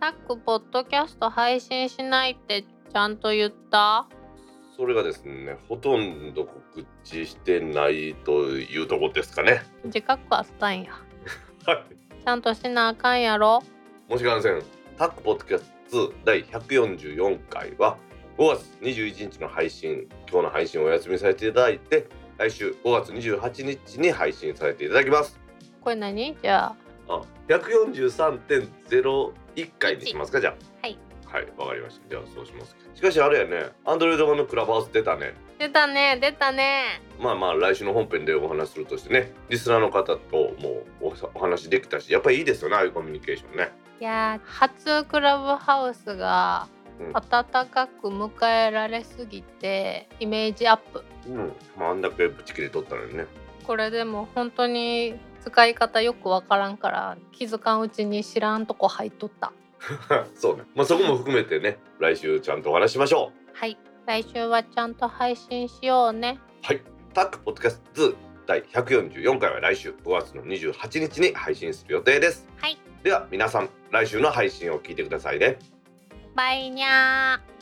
ラックポッドキャスト配信しないってちゃんと言ったそれがですねほとんど告知してないというとこですかね自覚はしたんやはいちゃんとしなあかんやろもしかんせんタックポッドキャスト2第144回は5月21日の配信今日の配信をお休みさせていただいて来週5月28日に配信させていただきますこれ何じゃああ143.01回にしますかじゃあはいはいわかりましたじゃあそうしますしかしあれやねアンドロイド版のクラブハウス出たね出たね出たねまあまあ来週の本編でお話しするとしてねリスナーの方ともおお話できたしやっぱりいいですよねああいうコミュニケーションねいやー初クラブハウスがうん温かく迎えられすぎてイメージアップうん、まあ、あんだけブチ切れとったのにね これでも本当に使い方よくわからんから気づかんうちに知らんとこ入っとったそうね。まあそこも含めてね、来週ちゃんとお話ししましょう。はい来週はちゃんと配信しようねはい。タックポッドキャスト2第144回は来週5月の28日に配信する予定です。はいでは皆さん、来週の配信を聞いてくださいね。バイニャー